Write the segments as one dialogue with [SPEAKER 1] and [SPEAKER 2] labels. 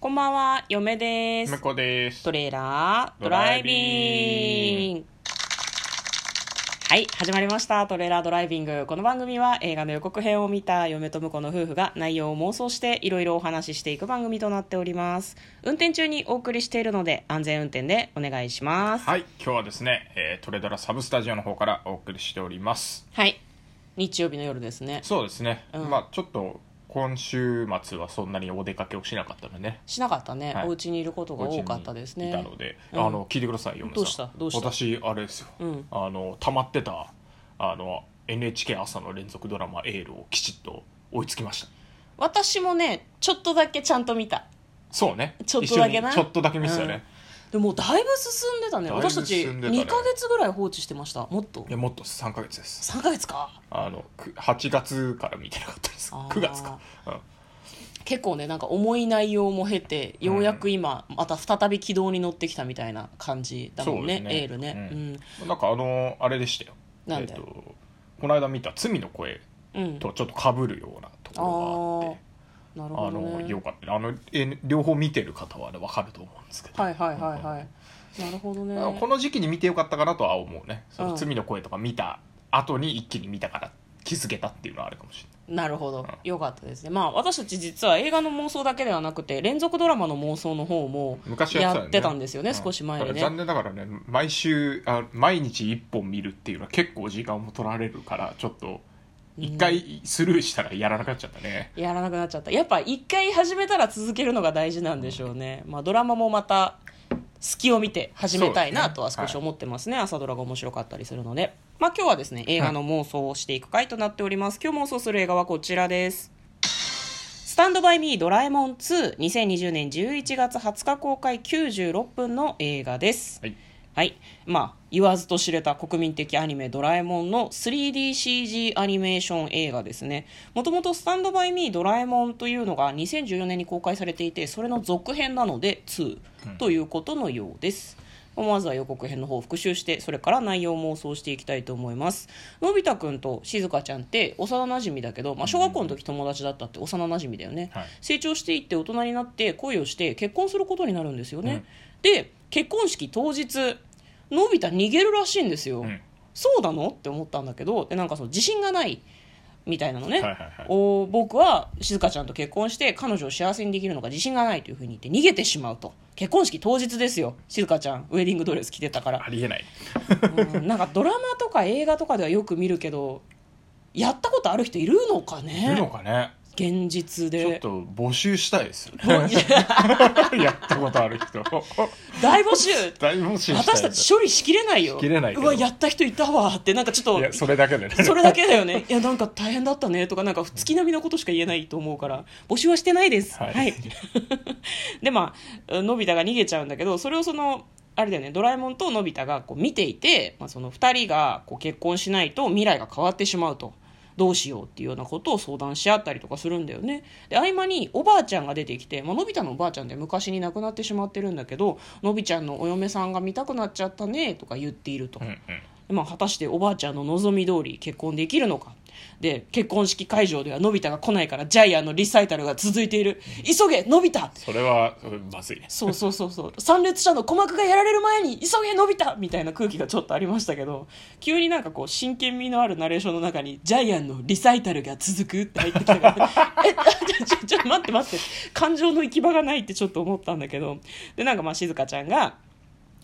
[SPEAKER 1] こんばんは、嫁です
[SPEAKER 2] 向。こうです
[SPEAKER 1] トレーラード
[SPEAKER 2] ド
[SPEAKER 1] ラ
[SPEAKER 2] ラ
[SPEAKER 1] イ
[SPEAKER 2] イ
[SPEAKER 1] ビ
[SPEAKER 2] ビ
[SPEAKER 1] ン
[SPEAKER 2] ン
[SPEAKER 1] グ。はい、始まりました。トレーラードライビング。この番組は映画の予告編を見た嫁と婿の夫婦が内容を妄想していろいろお話ししていく番組となっております。運転中にお送りしているので安全運転でお願いします。はい。
[SPEAKER 2] はい今日はですね、えートレドラサブスタジオの方からお送りしております
[SPEAKER 1] 日曜日の夜ですね。
[SPEAKER 2] そうですね、
[SPEAKER 1] うん
[SPEAKER 2] まあちょっと今週末はそんなにお出かけをしなかったのでね
[SPEAKER 1] しなかったね。
[SPEAKER 2] はい
[SPEAKER 1] お家にいることが多かったです
[SPEAKER 2] お
[SPEAKER 1] ね。
[SPEAKER 2] 家にいたので、
[SPEAKER 1] うん
[SPEAKER 2] あの聞いてください嫁さん
[SPEAKER 1] どうしたどうした
[SPEAKER 2] 私あれですよ、
[SPEAKER 1] うん
[SPEAKER 2] あの溜まってたあの NHK 朝の連続ドラマ「エール」をきちっと追いつきました
[SPEAKER 1] 私もね、ちょっとだけちゃんと見た。
[SPEAKER 2] そうね
[SPEAKER 1] ちょっとだけ
[SPEAKER 2] 一緒
[SPEAKER 1] な
[SPEAKER 2] にちょっとだけ見てたよね、
[SPEAKER 1] でもだいぶ進んでたね
[SPEAKER 2] だいぶ
[SPEAKER 1] 私たち
[SPEAKER 2] 進んでたね
[SPEAKER 1] 2か月ぐらい放置してましたもっと
[SPEAKER 2] いやもっと3か月です
[SPEAKER 1] 3か月 か
[SPEAKER 2] あのく8月から見てなかったです
[SPEAKER 1] あー
[SPEAKER 2] 9月か、うん
[SPEAKER 1] 結構ねなんか重い内容も経てようやく今また再び軌道に乗ってきたみたいな感じだもんね
[SPEAKER 2] そうですね
[SPEAKER 1] エールねう、
[SPEAKER 2] うんなんかあのあれでしたよ
[SPEAKER 1] なんだよ
[SPEAKER 2] えっとこの間見た「罪の声
[SPEAKER 1] うん」
[SPEAKER 2] とちょっとかぶるようなところ
[SPEAKER 1] なる
[SPEAKER 2] があ
[SPEAKER 1] ほど、
[SPEAKER 2] って、あの
[SPEAKER 1] ね
[SPEAKER 2] よ、かったあのえ両方見てる方はね分かると思うんですけど、
[SPEAKER 1] はいはいはいはいなるほどね
[SPEAKER 2] あこの時期に見てよかったかなとは思うねそ
[SPEAKER 1] うん
[SPEAKER 2] の罪の声とか見た後に一気に見たから気づけたっていうのはあるかもしれない
[SPEAKER 1] なるほど、よかったですねまあ私たち実は映画の妄想だけではなくて連続ドラマの妄想の方も
[SPEAKER 2] 昔
[SPEAKER 1] や
[SPEAKER 2] やってたよね
[SPEAKER 1] ってたんですよね
[SPEAKER 2] うん
[SPEAKER 1] 少し前に
[SPEAKER 2] だ
[SPEAKER 1] ね
[SPEAKER 2] から残念ながらね毎週あ毎日一本見るっていうのは結構時間も取られるからちょっと一回スルーしたらやらなくなっちゃったね、
[SPEAKER 1] やらなくなっちゃったやっぱ一回始めたら続けるのが大事なんでしょうね、まあ、ドラマもまた隙を見て始めたいなとは
[SPEAKER 2] そ
[SPEAKER 1] 少
[SPEAKER 2] うです
[SPEAKER 1] し
[SPEAKER 2] ね
[SPEAKER 1] 思ってますね朝ドラが面白かったりするので、まあ、今日はですね映画の妄想をしていく回となっております、今日妄想する映画はこちらですスタンドバイミードラえもん2、2020年11月20日公開96分の映画です。
[SPEAKER 2] はい
[SPEAKER 1] はい、まあ言わずと知れた国民的アニメ「ドラえもん」の 3DCG アニメーション映画ですねもともと「スタンド・バイ・ミー・ドラえもん」というのが2014年に公開されていてそれの続編なので2ということのようです、まずは予告編の方を復習してそれから内容を妄想していきたいと思いますのび太くんとしずかちゃんって幼なじみだけど、まあ、小学校の時友達だったって幼なじみだよね、
[SPEAKER 2] はい
[SPEAKER 1] 成長していって大人になって恋をして結婚することになるんですよね、で結婚式当日のび太逃げるらしいんですよ、
[SPEAKER 2] うん
[SPEAKER 1] そうなのって思ったんだけどでなんかその自信がないみたいなのね、
[SPEAKER 2] はいはいはい
[SPEAKER 1] お僕は静香ちゃんと結婚して彼女を幸せにできるのが自信がないというふうに言って逃げてしまうと結婚式当日ですよ静香ちゃんウェディングドレス着てたから
[SPEAKER 2] ありえない
[SPEAKER 1] うんなんかドラマとか映画とかではよく見るけどやったことある人いるのか
[SPEAKER 2] いるの
[SPEAKER 1] ね
[SPEAKER 2] かね
[SPEAKER 1] 現実
[SPEAKER 2] ちょっ
[SPEAKER 1] で
[SPEAKER 2] と募集したいです よね やったことある人
[SPEAKER 1] 大募集
[SPEAKER 2] 大募集したい
[SPEAKER 1] 私たち処理しきれないよ
[SPEAKER 2] しきれないけ
[SPEAKER 1] う
[SPEAKER 2] ど
[SPEAKER 1] わやった人いたわってなんかちょ
[SPEAKER 2] い
[SPEAKER 1] っ
[SPEAKER 2] や
[SPEAKER 1] と
[SPEAKER 2] それだけでね
[SPEAKER 1] それだけだよねいやなんか大変だったねとかなんか月並みのことしか言えないと思うから募集はしてない ですは、
[SPEAKER 2] はいい
[SPEAKER 1] でまあのび太が逃げちゃうんだけどそれをそのあれだよねドラえもんとのび太がこう見ていて、まあ、その2人がこう結婚しないと未来が変わってしまうとどうしようっていうようなことを相談し合ったりとかするんだよねで合間におばあちゃんが出てきて、まあのび太のおばあちゃんで昔に亡くなってしまってるんだけどのびちゃんのお嫁さんが見たくなっちゃったねとか言っていると。
[SPEAKER 2] うんうん
[SPEAKER 1] まあ、果たしておばあちゃんの望み通り結婚できるのかで結婚式会場ではのび太が来ないからジャイアンのリサイタルが続いている急げのび太
[SPEAKER 2] それはうんまずいね
[SPEAKER 1] そうそうそうそう参列者の鼓膜がやられる前に急げのび太みたいな空気がちょっとありましたけど急になんかこう真剣味のあるナレーションの中に「ジャイアンのリサイタルが続く」って入ってきたからえちょちょちょ待って待って感情の行き場がないってちょっと思ったんだけどでなんかまあ静香ちゃんが「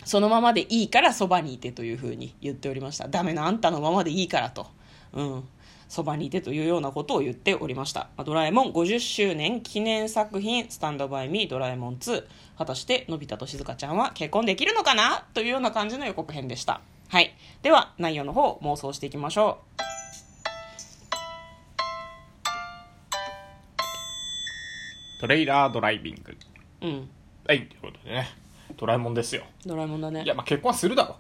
[SPEAKER 1] そのままでいいからそばにいてというふうに言っておりましたダメなあんたのままでいいからとうんそばにいてというようなことを言っておりましたまあドラえもん50周年記念作品「スタンドバイミードラえもん2」果たしてのび太としずかちゃんは結婚できるのかなというような感じの予告編でしたはいでは内容の方妄想していきましょう
[SPEAKER 2] トレイラードライビング
[SPEAKER 1] うん
[SPEAKER 2] はいということでねドラえもんですよ
[SPEAKER 1] ドラえもんだね
[SPEAKER 2] いやまあ結婚はするだろ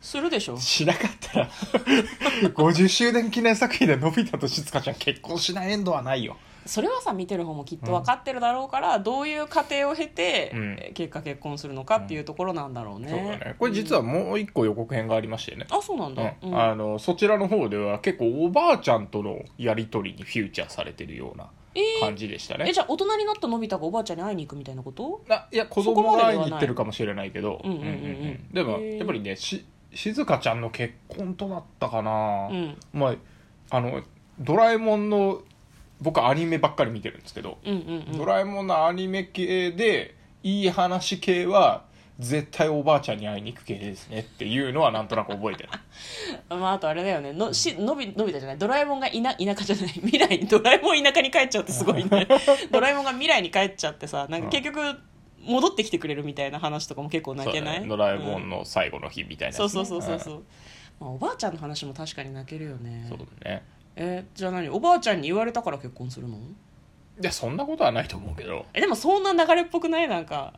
[SPEAKER 1] するでしょ
[SPEAKER 2] しなかったら 50周年記念作品でのび太としずかちゃん結婚しないエンドはないよ
[SPEAKER 1] それはさ見てる方もきっと分かってるだろうから、どういう過程を経て、
[SPEAKER 2] うん
[SPEAKER 1] え結果結婚するのかっていうところなんだろうね,、
[SPEAKER 2] そうだねこれ実はもう一個予告編がありましてね
[SPEAKER 1] あそうなんだ、
[SPEAKER 2] うん
[SPEAKER 1] うん
[SPEAKER 2] あのそちらの方では結構おばあちゃんとのやり取りにフューチャーされてるような
[SPEAKER 1] え
[SPEAKER 2] 感
[SPEAKER 1] ー
[SPEAKER 2] じでした
[SPEAKER 1] え
[SPEAKER 2] ね
[SPEAKER 1] じゃあ大人になったのび太がおばあちゃんに会いに行くみたいなこと
[SPEAKER 2] ないや子
[SPEAKER 1] そこま
[SPEAKER 2] 供
[SPEAKER 1] で
[SPEAKER 2] が
[SPEAKER 1] はな
[SPEAKER 2] 会
[SPEAKER 1] い
[SPEAKER 2] いに行ってるかもしれないけど
[SPEAKER 1] うんうんうんうん
[SPEAKER 2] うんうんうんでも
[SPEAKER 1] へー
[SPEAKER 2] やっぱりねし静香ちゃんの結婚とだったかな、
[SPEAKER 1] うん
[SPEAKER 2] まああの「ドラえもん」の僕アニメばっかり見てるんですけど
[SPEAKER 1] うんうんうん
[SPEAKER 2] ドラえもんのアニメ系でいい話系は絶対おばあちゃんに会いに行く系ですねっていうのはなんとなく覚えてる
[SPEAKER 1] まあ、あとあれだよねのしのびのび太じゃないドラえもんがいな田舎じゃない 未来にドラえもん田舎に帰っちゃうってすごい ねドラえもんが未来に帰っちゃってさなんか結局戻ってきてくれるみたいな話とかも結構 泣けない、
[SPEAKER 2] そうだねドラえもん
[SPEAKER 1] の、
[SPEAKER 2] の最後の日みたいな
[SPEAKER 1] そ
[SPEAKER 2] や
[SPEAKER 1] う
[SPEAKER 2] つ
[SPEAKER 1] そ
[SPEAKER 2] ね、
[SPEAKER 1] うそうそう
[SPEAKER 2] う
[SPEAKER 1] そ
[SPEAKER 2] ん
[SPEAKER 1] う、まあ、おばあちゃんの話も確かに泣けるよね
[SPEAKER 2] そうだね
[SPEAKER 1] えじゃあ何おばあちゃんに言われたから結婚するの
[SPEAKER 2] いやそんなことはないと思うけど
[SPEAKER 1] えでもそんな流れっぽくないなんか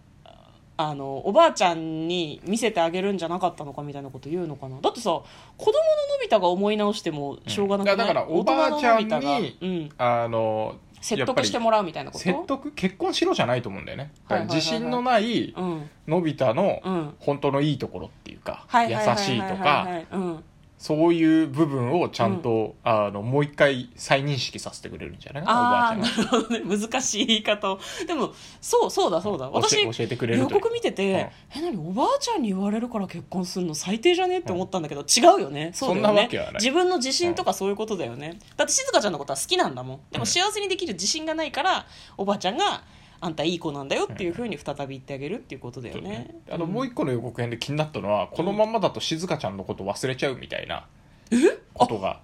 [SPEAKER 1] あのおばあちゃんに見せてあげるんじゃなかったのかみたいなこと言うのかなだってさ子供ののび太が思い直してもしょうがなくない、
[SPEAKER 2] うんだから
[SPEAKER 1] 大人ののび太が
[SPEAKER 2] おばあちゃんに
[SPEAKER 1] うん、
[SPEAKER 2] あの
[SPEAKER 1] 説得してもらうみたいなこと
[SPEAKER 2] 説得結婚しろじゃないと思うんだよねだから
[SPEAKER 1] はいはいはいはい
[SPEAKER 2] 自信のない
[SPEAKER 1] うん
[SPEAKER 2] のび太の
[SPEAKER 1] うん
[SPEAKER 2] 本当のいいところっていうか
[SPEAKER 1] はい
[SPEAKER 2] 優
[SPEAKER 1] はいはいはい
[SPEAKER 2] しいと
[SPEAKER 1] は
[SPEAKER 2] か
[SPEAKER 1] いうん
[SPEAKER 2] そういう部分をちゃんと、あのもう一回再認識させてくれるんじゃないかなお
[SPEAKER 1] あ
[SPEAKER 2] ばあちゃ
[SPEAKER 1] あー
[SPEAKER 2] んが
[SPEAKER 1] なるほどね難しい言い方をでもそうそうだそうだ
[SPEAKER 2] 教
[SPEAKER 1] 私
[SPEAKER 2] え教えてくれる
[SPEAKER 1] 予
[SPEAKER 2] という
[SPEAKER 1] 告見てて「え何おばあちゃんに言われるから結婚するの最低じゃね?」って思ったんだけど違うよねそうだよね
[SPEAKER 2] そんなわけはない
[SPEAKER 1] 自分の自信とかそういうことだよねだって静香ちゃんのことは好きなんだもんでも幸せにできる自信がないからおばあちゃんが「あんたいい子なんだよ」っていうふうに再び言ってあげるっていうことだよね
[SPEAKER 2] あのもう
[SPEAKER 1] 一
[SPEAKER 2] 一個の予告編で気になったのは、このままだと静香ちゃんのこと忘れちゃうみたいなことが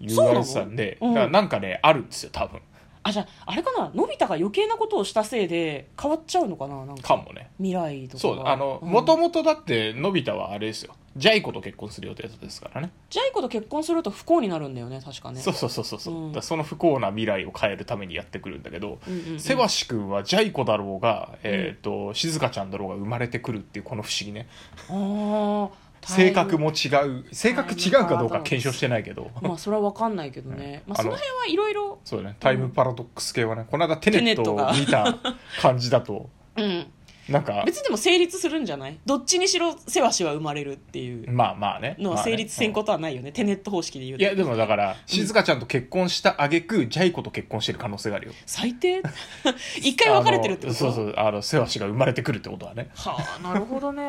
[SPEAKER 2] 言われてたんで、
[SPEAKER 1] そうなのうん
[SPEAKER 2] だからなんかねあるんですよ多分
[SPEAKER 1] あじゃああれかなのび太が余計なことをしたせいで変わっちゃうのかななんか
[SPEAKER 2] かもね
[SPEAKER 1] 未来とか
[SPEAKER 2] そうあの
[SPEAKER 1] ん
[SPEAKER 2] もともとだってのび太はあれですよジャイ子と結婚する予定だったですからね
[SPEAKER 1] ジャイ子と結婚すると不幸になるんだよね確かね
[SPEAKER 2] そうそうそうそうそう、
[SPEAKER 1] うん
[SPEAKER 2] だからその不幸な未来を変えるためにやってくるんだけど、
[SPEAKER 1] うんうんうん
[SPEAKER 2] セバシ君はジャイ子だろうが、えー、と静香ちゃんだろうが生まれてくるっていうこの不思議ね
[SPEAKER 1] あー
[SPEAKER 2] 性格も違う性格違うかどうか検証してないけど
[SPEAKER 1] まあそれは分かんないけどね、
[SPEAKER 2] うん
[SPEAKER 1] まあ、その辺はいろいろ
[SPEAKER 2] そうだねタイムパラドックス系はねこの間テネットを見た感じだと
[SPEAKER 1] うん
[SPEAKER 2] なんか
[SPEAKER 1] 別にでも成立するんじゃないどっちにしろせわしは生まれるっていう
[SPEAKER 2] まあまあね
[SPEAKER 1] のは
[SPEAKER 2] まあね
[SPEAKER 1] 成立せんことはないよね、テネット方式で言う
[SPEAKER 2] い
[SPEAKER 1] と
[SPEAKER 2] やでもだから静香ちゃんと結婚した挙句ジャイ子と結婚してる可能性があるよ
[SPEAKER 1] 最 低一回別れてるってこと
[SPEAKER 2] あのそうそうあの世話しが生まれてくるってことはね
[SPEAKER 1] はあなるほどねい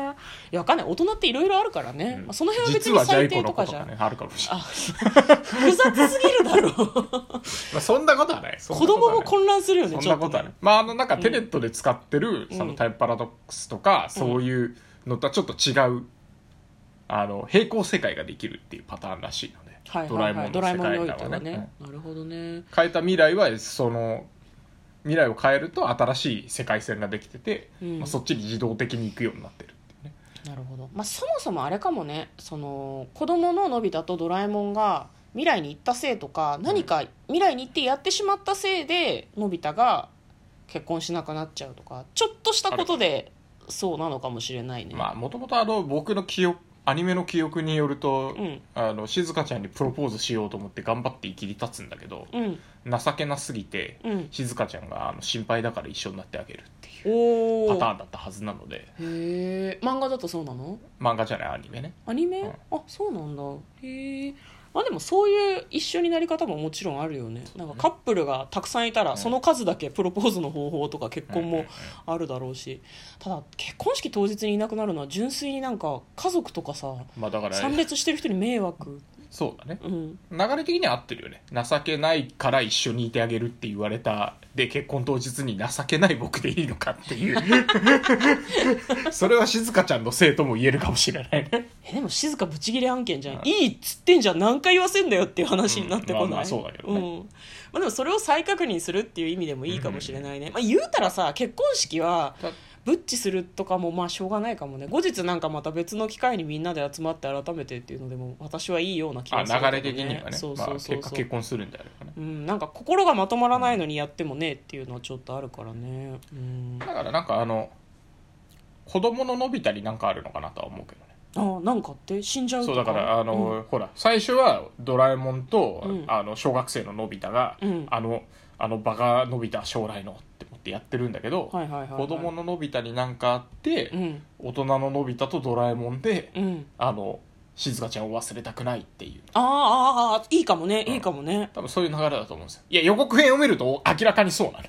[SPEAKER 1] や分かんない大人っていろいろあるからね、
[SPEAKER 2] うん
[SPEAKER 1] まあ、その辺は別
[SPEAKER 2] 実
[SPEAKER 1] に
[SPEAKER 2] はジャ
[SPEAKER 1] 最
[SPEAKER 2] イ子
[SPEAKER 1] 低と
[SPEAKER 2] のこ
[SPEAKER 1] か
[SPEAKER 2] と
[SPEAKER 1] じゃ
[SPEAKER 2] がねあるかもしれない、
[SPEAKER 1] あ複雑すぎるだ ろう
[SPEAKER 2] まあ、そんなことはないそんな
[SPEAKER 1] 子
[SPEAKER 2] こ
[SPEAKER 1] 供
[SPEAKER 2] とはない
[SPEAKER 1] も混乱するよね
[SPEAKER 2] そん
[SPEAKER 1] ちょ
[SPEAKER 2] な
[SPEAKER 1] っと
[SPEAKER 2] ことはね
[SPEAKER 1] ね
[SPEAKER 2] まああのなんかテネットで使ってる、
[SPEAKER 1] うん
[SPEAKER 2] そのタイムパラドックスとか、そういうのとはちょっと違うあの平行世界ができるっていうパターンらしいので、
[SPEAKER 1] はいはいはいド
[SPEAKER 2] ド
[SPEAKER 1] ラ
[SPEAKER 2] ラ
[SPEAKER 1] え
[SPEAKER 2] え
[SPEAKER 1] も
[SPEAKER 2] も
[SPEAKER 1] ん
[SPEAKER 2] ん
[SPEAKER 1] におい
[SPEAKER 2] の世界
[SPEAKER 1] て
[SPEAKER 2] 観
[SPEAKER 1] は
[SPEAKER 2] はね
[SPEAKER 1] ね、なるほどね
[SPEAKER 2] 変えた未来はその未来を変えると新しい世界線ができてて、
[SPEAKER 1] うん
[SPEAKER 2] まあ、そっちに自動的に行くようになってるっていうね
[SPEAKER 1] なるほど、まあ、そもそもあれかもねその子供ののび太とドラえもんが未来に行ったせいとか何か未来に行ってやってしまったせいでのび太が結婚しなくなっちゃうとかちょっとしたことでそうなのかもしれないね、
[SPEAKER 2] まあもともと僕の記憶アニメの記憶によると、
[SPEAKER 1] うん
[SPEAKER 2] あの静香ちゃんにプロポーズしようと思って頑張って生きり立つんだけど、
[SPEAKER 1] うん
[SPEAKER 2] 情けなすぎて、
[SPEAKER 1] うん
[SPEAKER 2] 静香ちゃんがあの心配だから一緒になってあげるっていう
[SPEAKER 1] お
[SPEAKER 2] パ
[SPEAKER 1] お
[SPEAKER 2] ターンだったはずなので
[SPEAKER 1] へえ漫画だとそうなの
[SPEAKER 2] 漫画じゃないアニメね
[SPEAKER 1] アニメ、
[SPEAKER 2] うん
[SPEAKER 1] あそうなんだへえまあでもそういう一緒になり方ももちろんあるよねなんかカップルがたくさんいたら、
[SPEAKER 2] うん
[SPEAKER 1] その数だけプロポーズの方法とか結婚
[SPEAKER 2] うんう
[SPEAKER 1] も
[SPEAKER 2] ん
[SPEAKER 1] あるだろうし、ただ結婚式当日にいなくなるのは純粋になんか家族とかさ
[SPEAKER 2] まあだから
[SPEAKER 1] 参列してる人に迷惑
[SPEAKER 2] そうだね
[SPEAKER 1] うん
[SPEAKER 2] 流れ的には合ってるよね情けないから一緒にいてあげるって言われたで結婚当日に情けない僕でいいのかっ ていうそれは静香ちゃんのせいとも言えるかもしれないね
[SPEAKER 1] えでも静かブチギレ案件じゃん、
[SPEAKER 2] うん
[SPEAKER 1] いいっつってんじゃん何回言わせんだよっていう話になってこない、
[SPEAKER 2] うんまあまあそうだけどね
[SPEAKER 1] んまあ、でもそれを再確認するっていう意味でもいいかもしれないね、まあ、言うたらさ結婚式は
[SPEAKER 2] だ
[SPEAKER 1] ブッチするとかもまあしょうがないかもね後日なんかまた別の機会にみんなで集まって改めてっていうのでも私はいいような気
[SPEAKER 2] あ
[SPEAKER 1] がするけど
[SPEAKER 2] 流れ的にはね
[SPEAKER 1] そう
[SPEAKER 2] まあ、
[SPEAKER 1] そう
[SPEAKER 2] 結
[SPEAKER 1] そう
[SPEAKER 2] 果
[SPEAKER 1] そう、
[SPEAKER 2] 結婚するんだよね
[SPEAKER 1] うん、なんか心がまとまらないのにやってもねっていうのはちょっとあるからねうん
[SPEAKER 2] だからなんかあの子供の伸びたりなんかあるのかなとは思うけどね
[SPEAKER 1] あなんかって死んじゃう
[SPEAKER 2] そ
[SPEAKER 1] と
[SPEAKER 2] う
[SPEAKER 1] か
[SPEAKER 2] だからあの、ほら最初はドラえもんと、
[SPEAKER 1] うん
[SPEAKER 2] あの小学生ののび太が、
[SPEAKER 1] うん
[SPEAKER 2] あのあのバカのび太将来のって思ってやってるんだけど、
[SPEAKER 1] うんはいはいはいはい、
[SPEAKER 2] 子供ののび太になんかあって、
[SPEAKER 1] うん
[SPEAKER 2] 大人ののび太とドラえもんで、
[SPEAKER 1] うん
[SPEAKER 2] あの静香ちゃんを忘れたくないっていう
[SPEAKER 1] ああああいいかもね
[SPEAKER 2] うん
[SPEAKER 1] いいかもね、
[SPEAKER 2] 多分そういう流れだと思うんですよいや予告編を見ると明らかにそうな
[SPEAKER 1] へ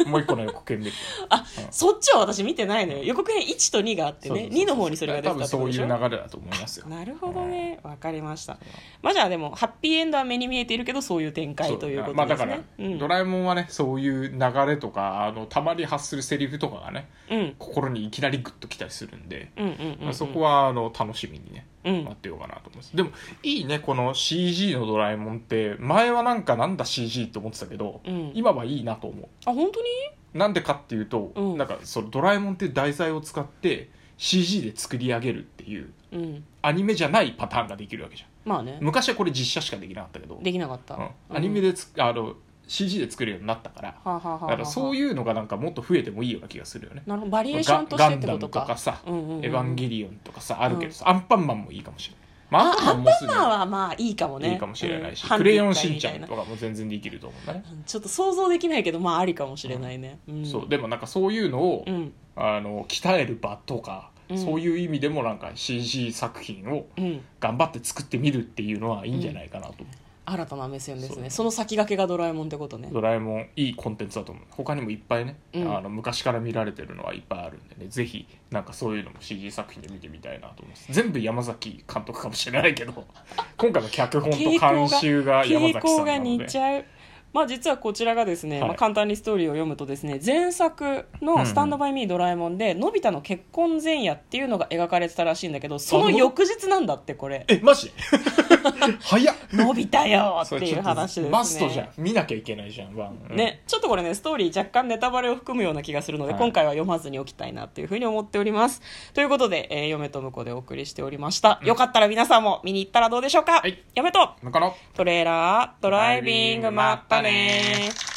[SPEAKER 1] え
[SPEAKER 2] のもう一個の予告 編見ると
[SPEAKER 1] あ、そっちは私見てないのよ予告編1と2があって
[SPEAKER 2] そうそう
[SPEAKER 1] ね
[SPEAKER 2] そうそう
[SPEAKER 1] 2の方にそれが出てたって
[SPEAKER 2] 多
[SPEAKER 1] こと
[SPEAKER 2] 分
[SPEAKER 1] で
[SPEAKER 2] そ
[SPEAKER 1] し
[SPEAKER 2] うい
[SPEAKER 1] ょ
[SPEAKER 2] う流れだと思いますよ
[SPEAKER 1] なるほどねわかりましたまあじゃあでもハッピーエンドは目に見えているけどそういう展開という
[SPEAKER 2] そ
[SPEAKER 1] こ
[SPEAKER 2] うま
[SPEAKER 1] と
[SPEAKER 2] あ
[SPEAKER 1] です
[SPEAKER 2] だか
[SPEAKER 1] ね
[SPEAKER 2] ら、
[SPEAKER 1] うん
[SPEAKER 2] ドラえもんはねそういう流れとかあのたまに発するセリフとかがね
[SPEAKER 1] うん
[SPEAKER 2] 心にいきなりグッときたりするんで、
[SPEAKER 1] うんうんうんう
[SPEAKER 2] まあ
[SPEAKER 1] ん
[SPEAKER 2] そこはあの楽しみにね
[SPEAKER 1] うん
[SPEAKER 2] 待ってようかなと思います、でもいいねこの CG のドラえもんって前はなんかなんだ CG って思ってたけど、
[SPEAKER 1] うん
[SPEAKER 2] 今はいいなと思
[SPEAKER 1] あ本当に
[SPEAKER 2] うなんでかっていうと、
[SPEAKER 1] うん
[SPEAKER 2] なんかそのドラえもんって題材を使って CG で作り上げるっていう
[SPEAKER 1] うん
[SPEAKER 2] アニメじゃないパターンができるわけじゃ
[SPEAKER 1] まあね
[SPEAKER 2] ん昔はこれ実写しかできなかったけど
[SPEAKER 1] できなかった、
[SPEAKER 2] うん、アニメでつ、あの CG で作るようになったから
[SPEAKER 1] はあはあはあは
[SPEAKER 2] だ
[SPEAKER 1] あ
[SPEAKER 2] からそう
[SPEAKER 1] いう
[SPEAKER 2] いうのがなんかもっと増えてもいいような気がするよね
[SPEAKER 1] なるほどバリエーショ
[SPEAKER 2] ガ
[SPEAKER 1] ンとし
[SPEAKER 2] ガ
[SPEAKER 1] てっ
[SPEAKER 2] ン
[SPEAKER 1] て
[SPEAKER 2] ダ
[SPEAKER 1] こ
[SPEAKER 2] ム
[SPEAKER 1] と
[SPEAKER 2] と
[SPEAKER 1] か
[SPEAKER 2] かさ「
[SPEAKER 1] うんうんうんうん
[SPEAKER 2] エヴァンゲリオン」とかさあるけどさ、アンパンマンもいいかもしれない、まあ、アン
[SPEAKER 1] あ
[SPEAKER 2] パ
[SPEAKER 1] ア
[SPEAKER 2] ンマ
[SPEAKER 1] ン
[SPEAKER 2] ンも
[SPEAKER 1] パ
[SPEAKER 2] す
[SPEAKER 1] ン
[SPEAKER 2] ぐ
[SPEAKER 1] マンはまあいいかもね
[SPEAKER 2] いいかもしれないし「
[SPEAKER 1] うん
[SPEAKER 2] クレヨンしんちゃ
[SPEAKER 1] 反
[SPEAKER 2] ん」
[SPEAKER 1] 対
[SPEAKER 2] とかも全然できると思うんだね
[SPEAKER 1] みたい、なうんちょっと想像できないけどまあありかもしれないね、うん
[SPEAKER 2] そうでもなんかそういうのを、
[SPEAKER 1] うん
[SPEAKER 2] あの鍛える場とか、
[SPEAKER 1] うん
[SPEAKER 2] そういう意味でもなんか CG 作品を
[SPEAKER 1] うん
[SPEAKER 2] 頑張って作ってみるっていうのはいいんじゃないかなと、
[SPEAKER 1] 新たな目線です
[SPEAKER 2] そう
[SPEAKER 1] ねその先駆けがドラえもんってことね
[SPEAKER 2] ドラえもんいいコンテンツだと思う他にもいっぱいね、
[SPEAKER 1] うん
[SPEAKER 2] あの昔から見られてるのはいっぱいあるんでねぜひなんかそういうのも CG 作品で見てみたいなと思います全部山崎監督かもしれないけど 今回の脚本と監修が山
[SPEAKER 1] 傾
[SPEAKER 2] 崎さ
[SPEAKER 1] 向
[SPEAKER 2] んな
[SPEAKER 1] が
[SPEAKER 2] の
[SPEAKER 1] 似
[SPEAKER 2] で
[SPEAKER 1] ちゃうまあ実はこちらがですね、
[SPEAKER 2] はい
[SPEAKER 1] まあ、簡単にストーリーを読むとですね前作
[SPEAKER 2] うんう
[SPEAKER 1] の「
[SPEAKER 2] ん
[SPEAKER 1] スタンド・バイ・ミー・ドラえもん」で、のび太の結婚前夜っていうのが描かれてたらしいんだけどその翌日なんだってこれ
[SPEAKER 2] えマジ 早 っ
[SPEAKER 1] のび太よって
[SPEAKER 2] それ
[SPEAKER 1] い
[SPEAKER 2] ちょ
[SPEAKER 1] う
[SPEAKER 2] っと
[SPEAKER 1] 話ですね
[SPEAKER 2] マストじゃん見なきゃいけないじゃんワン、うん
[SPEAKER 1] ね、ちょっとこれねストーリー若干ネタバレを含むような気がするので、
[SPEAKER 2] はい
[SPEAKER 1] 今回は読まずにおきたいなというふうに思っておりますということで、えー嫁と婿でお送りしておりました、よかったら皆さんも見に行ったらどうでしょうか、
[SPEAKER 2] はい
[SPEAKER 1] 嫁と
[SPEAKER 2] だから
[SPEAKER 1] トレーラードライビングまったね
[SPEAKER 2] まったね